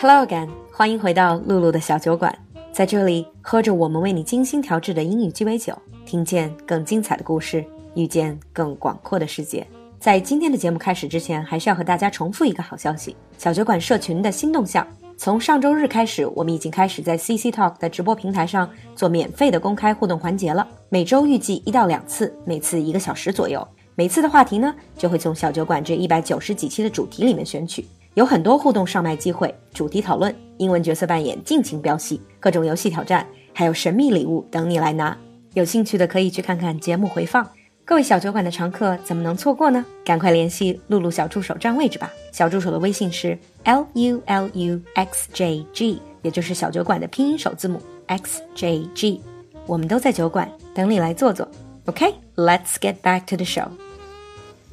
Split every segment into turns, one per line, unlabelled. Hello again，欢迎回到露露的小酒馆，在这里喝着我们为你精心调制的英语鸡尾酒，听见更精彩的故事，遇见更广阔的世界。在今天的节目开始之前，还是要和大家重复一个好消息：小酒馆社群的新动向。从上周日开始，我们已经开始在 CC Talk 的直播平台上做免费的公开互动环节了，每周预计一到两次，每次一个小时左右。每次的话题呢，就会从小酒馆这一百九十几期的主题里面选取，有很多互动上麦机会、主题讨论、英文角色扮演尽情飙戏、各种游戏挑战，还有神秘礼物等你来拿。有兴趣的可以去看看节目回放。各位小酒馆的常客怎么能错过呢？赶快联系露露小助手占位置吧。小助手的微信是 l u l u x j g，也就是小酒馆的拼音首字母 x j g。我们都在酒馆等你来坐坐。OK，let's、get back to the show。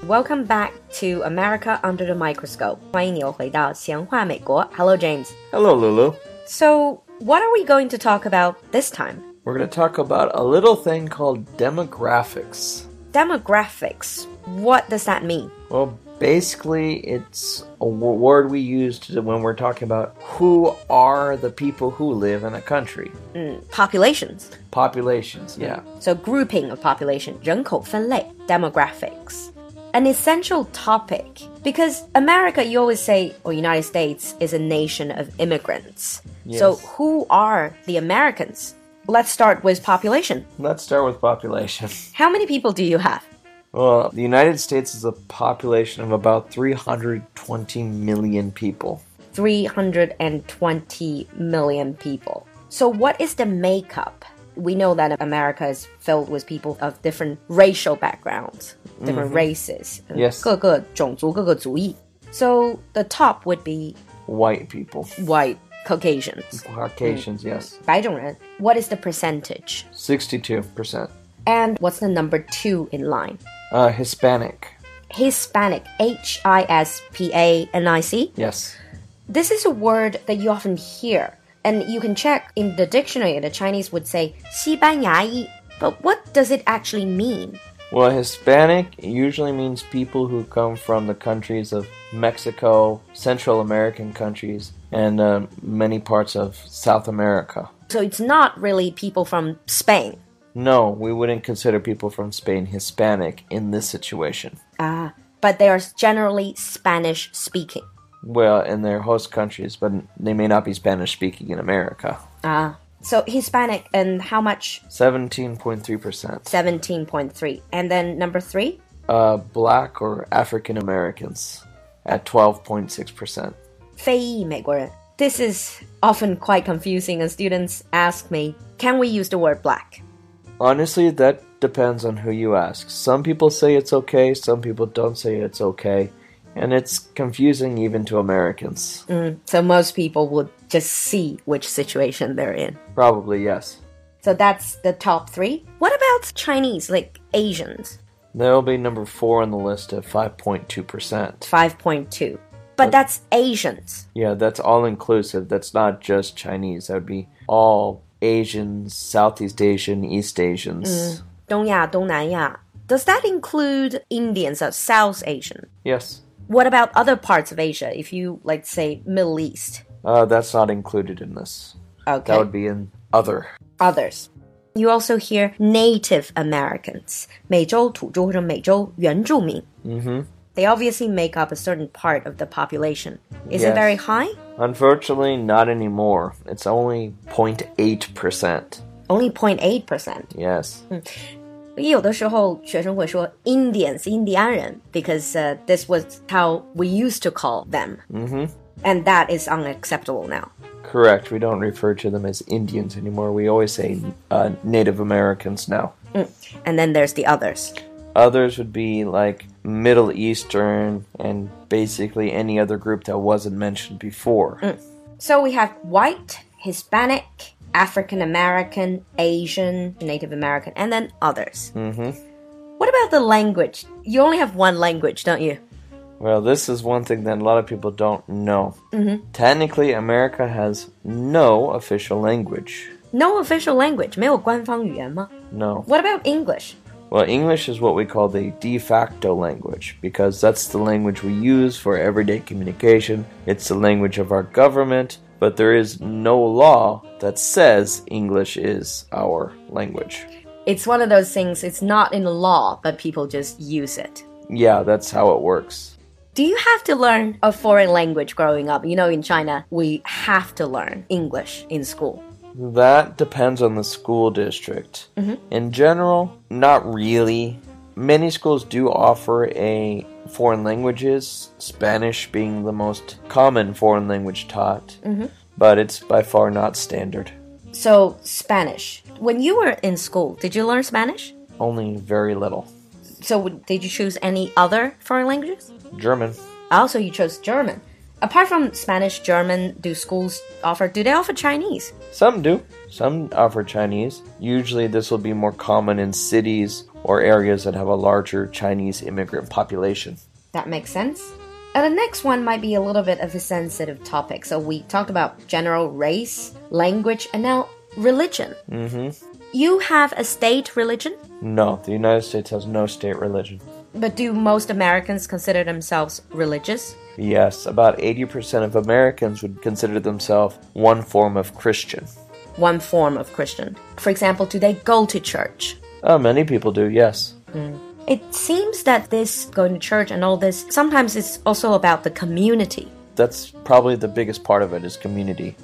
Welcome back to America under the microscope。欢迎你又回到闲话美国。Hello James。
Hello, Lulu.
So what are we going to talk about this time?
We're going to talk about a little thing called demographics.
Demographics. What does that mean?
Well, basically, it's a w- word we use to, when we're talking about who are the people who live in a country.
Populations.
Populations, yeah.
So grouping of population, 人口分类, demographics. An essential topic because America, you always say, or United States is a nation of immigrants. So
Yes.
who are the Americans? Let's start with population.
Let's start with population.
How many people do you have?
Well, the United States is a population of about 320 million people.
320 million people. So, what is the makeup? We know that America is filled with people of different racial backgrounds, different races,
Yes.
各个种族、各个族裔. So, the top would be
White people.
white Caucasians,
Mm-hmm. Caucasians, yes.
白种人. What is the percentage?
62%.
And what's the number two in line?
Uh, Hispanic,
Hispanic, H I S P A N I C.
yes.
This is a word that you often hear, and you can check in the dictionary. The Chinese would say 西班牙裔, but what does it actually mean?
Well, Hispanic usually means people who come from the countries of Mexico, Central American countries, and uh, many parts of South America.
So it's not really people from Spain.
No, we wouldn't consider people from Spain Hispanic in this situation.
Ah, but they are generally Spanish speaking.
Well, in their host countries, but they may not be Spanish speaking in America.
Ah. So Hispanic and how much?
17.3%.
17.3. And then number 3?
Uh, black or African Americans at 12.6%.
非裔美国人. This is often quite confusing and students ask me, can we use the word black?
Honestly, that depends on who you ask. Some people say it's okay, some people don't say it's okay, and it's confusing even to Americans.
So most people would just see which situation they're in.
Probably, yes.
So that's the top three. What about Chinese, like Asians?
They'll be number four on the list at 5.2%.
5.2. But that's Asians.
Yeah, that's all inclusive. That's not just Chinese. That would be all Asians, Southeast Asian, East Asians.
东亚,东南亚. Does that include Indians or South Asian?
Yes.
What about other parts of Asia? If you, let's say, Middle East.
Uh, that's not included in this.
Okay.
That would be in other.
others. You also hear Native Americans, 美洲土著或者美洲原住民. Mm-hmm. They obviously make up a certain part of the population. Is it
Yes.
very high?
Unfortunately, not anymore. It's only 0.8%.
Only 0.8%.
Yes.
有的时候学生会说 Indians 印第安人 because uh, this was how we used to call them. Mm-hmm. And that is unacceptable now.
Correct. We don't refer to them as Indians anymore. We always say uh, Native Americans now.
And then there's the others.
Others would be like Middle Eastern and basically any other group that wasn't mentioned before.
So we have white, Hispanic, African American, Asian, Native American, and then others. Mm-hmm. What about the language? You only have one language, don't you?
Well, this is one thing that a lot of people don't know. Mm-hmm. Technically, America has no official language.
No official language. 没有官方语言吗?
No.
What about English?
Well, English is what we call the de facto language because that's the language we use for everyday communication. It's the language of our government, but there is no law that says English is our language.
It's one of those things, it's not in the law, but people just use it.
Yeah, that's how it works.
Do you have to learn a foreign language growing up? You know, in China, we have to learn English in school.
That depends on the school district. In general, not really. Many schools do offer a foreign languages, Spanish being the most common foreign language taught, but it's by far not standard.
So, Spanish. When you were in school, did you learn Spanish?
Only very little.
So, w- did you choose any other foreign languages?
German.
Also, you chose German. Apart from Spanish, German, do schools offer? Do they offer Chinese?
Some do. Some offer Chinese. Usually, this will be more common in cities or areas that have a larger Chinese immigrant population.
That makes sense. And the next one might be a little bit of a sensitive topic. So we talked about general race, language, and now religion. Mm-hmm. You have a state religion,
No, the United States has no state religion.
but do most Americans consider themselves religious?
Yes, about 80% of Americans would consider themselves one form of Christian.
One form of Christian. For example, do they go to church?
Uh, many people do, yes.
It seems that this going to church and all this sometimes it's also about the community.
That's probably the biggest part of it is community.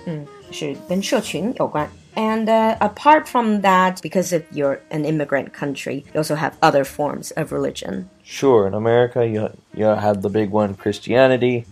是跟社群有关. And uh, apart from that, because if you're an immigrant country, you also have other forms of religion.
Sure, in America, you, you have the big one, Christianity.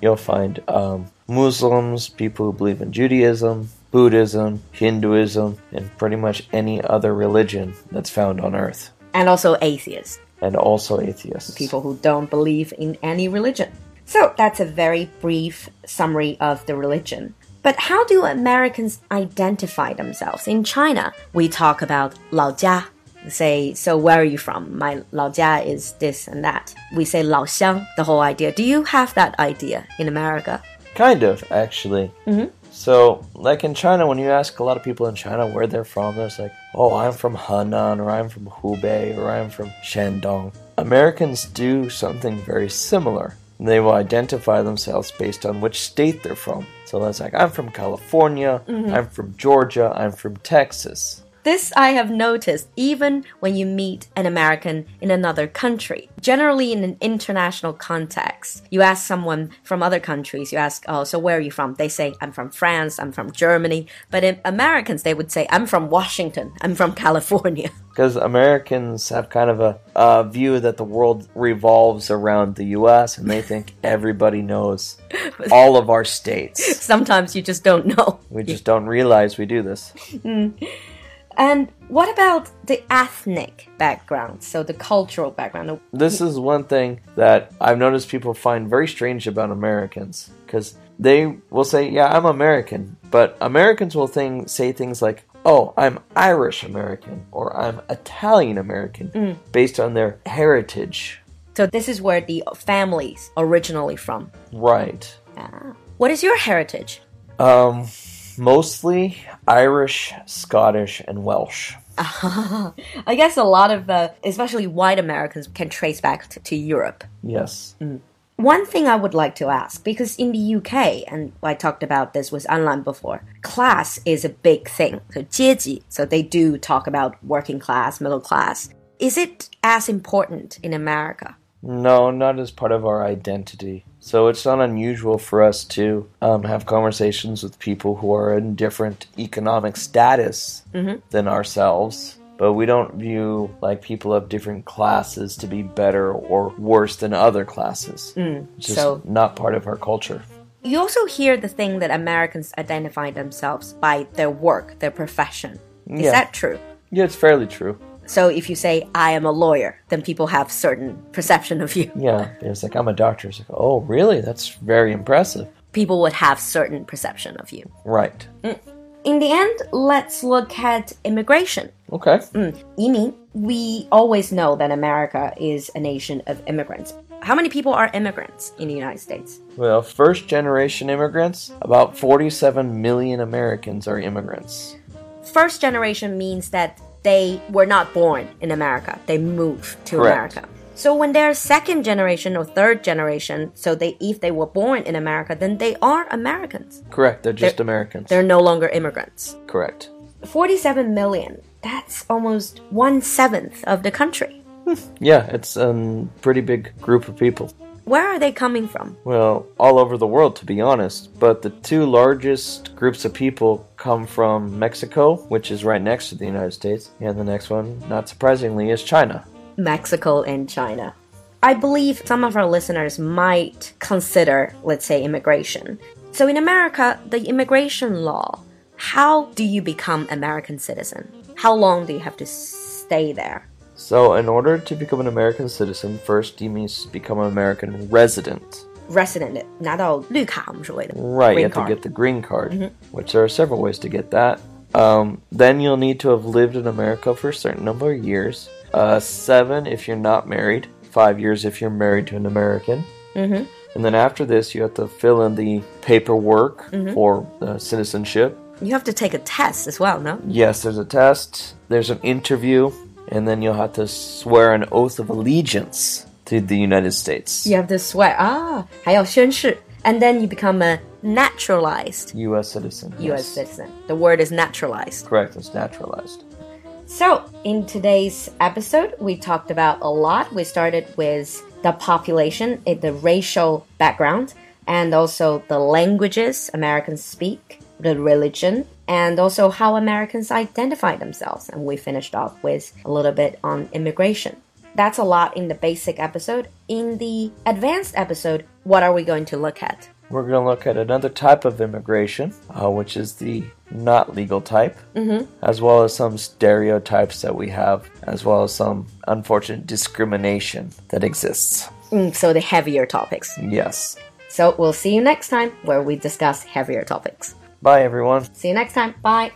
You'll find um, Muslims, people who believe in Judaism, Buddhism, Hinduism, and pretty much any other religion that's found on earth,
and also atheists,
and also atheists.
people who don't believe in any religion. So that's a very brief summary of the religion. But how do Americans identify themselves? In China, we talk about 老家. Say, so where are you from? My 老家 is this and that. We say 老乡, the whole idea. Do you have that idea in America?
Kind of, actually. Mm-hmm. So, like in China, when you ask a lot of people in China where they're from, they're like, oh, I'm from Henan, or I'm from Hubei, or I'm from Shandong. Americans do something very similar. They will identify themselves based on which state they're from. So that's like, I'm from California, I'm from Georgia, I'm from Texas.
This I have noticed even when you meet an American in another country. Generally, in an international context, you ask someone from other countries, you ask, oh, so where are you from? They say, I'm from France, I'm from Germany. But in Americans, they would say, I'm from Washington, I'm from California.
Because Americans have kind of a, a view that the world revolves around the U.S., and they think everybody knows all of our states.
Sometimes you just don't know.
We just don't realize we do this.
And what about the ethnic background? So the cultural background.
This is one thing that I've noticed people find very strange about Americans because they will say, Yeah, I'm American, but Americans will thing, say things like, Oh, I'm Irish American or I'm Italian American based on their heritage.
So this is where the family's originally from.
Right.
Ah. What is your heritage?
Um, mostly Irish, Scottish, and Welsh.
I guess a lot of, uh, especially white Americans, can trace back t- to Europe.
Yes.
One thing I would like to ask, because in the UK, and I talked about this with Anlan before, class is a big thing. So 阶级, so they do talk about working class, middle class. Is it as important in America?
No, not as part of our identity. So it's not unusual for us to um, have conversations with people who are in different economic status than ourselves. But we don't view like people of different classes to be better or worse than other classes. Mm, it's just
so-
not part of our culture.
You also hear the thing that Americans identify themselves by their work, their profession. Is
Yeah.
that true?
Yeah, it's fairly true.
So if you say, I am a lawyer, then people have certain perception of you.
Yeah, it's like I'm a doctor. It's like, oh, really? That's very impressive.
people would have certain perception of you.
Right.
In the end, let's look at immigration.
Okay.
Yiming, we always know that America is a nation of immigrants. How many people are immigrants in the United States?
Well, first generation immigrants, about 47 million Americans are immigrants.
First generation means that they were not born in America. They moved to
Correct.
America. So when they're second generation or third generation, so they if they were born in America, then they are Americans.
Correct. They're just Americans.
They're no longer immigrants.
Correct.
47 million. That's almost one seventh of the country.
Yeah, it's a um, pretty big group of people.
Where are they coming from?
Well, all over the world, to be honest. But the two largest groups of people come from Mexico, which is right next to the United States, and the next one, not surprisingly, is China.
Mexico and China. I believe some of our listeners might consider, let's say, immigration. So in America, the immigration law, how do you become American citizen? How long do you have to stay there?
So, in order to become an American citizen, first you must become an American resident.
Resident 拿到绿卡，我们所谓的
Right,
green
you have
card. Mm-hmm.
to get the green card, which there are several ways to get that. Um, then you'll need to have lived in America for a certain number of years. Uh, seven if you're not married, five years if you're married to an American.
Mm-hmm.
And then after this, you have to fill in the paperwork
Mm-hmm.
for uh, citizenship.
You have to take a test as well, no?
Yes, there's a test, there's an interview, and then you'll have to swear an oath of allegiance to the United States.
You have to swear. Ah, 还要宣誓. And then you become a naturalized
U.S. citizen.
U.S.
yes.
citizen. The word is naturalized.
Correct, it's naturalized.
So, in today's episode, we talked about a lot. We started with the population, eh, the racial background, and also the languages Americans speak, the religion, and also how Americans identify themselves. And we finished off with a little bit on immigration. That's a lot in the basic episode. In the advanced episode, what are we going to look at?
We're going to look at another type of immigration, uh, which is the not legal type, as well as some stereotypes that we have, as well as some unfortunate discrimination that exists.
Mm, so, the heavier topics.
Yes.
So, we'll see you next time where we discuss heavier topics.
Bye, everyone.
See you next time. Bye.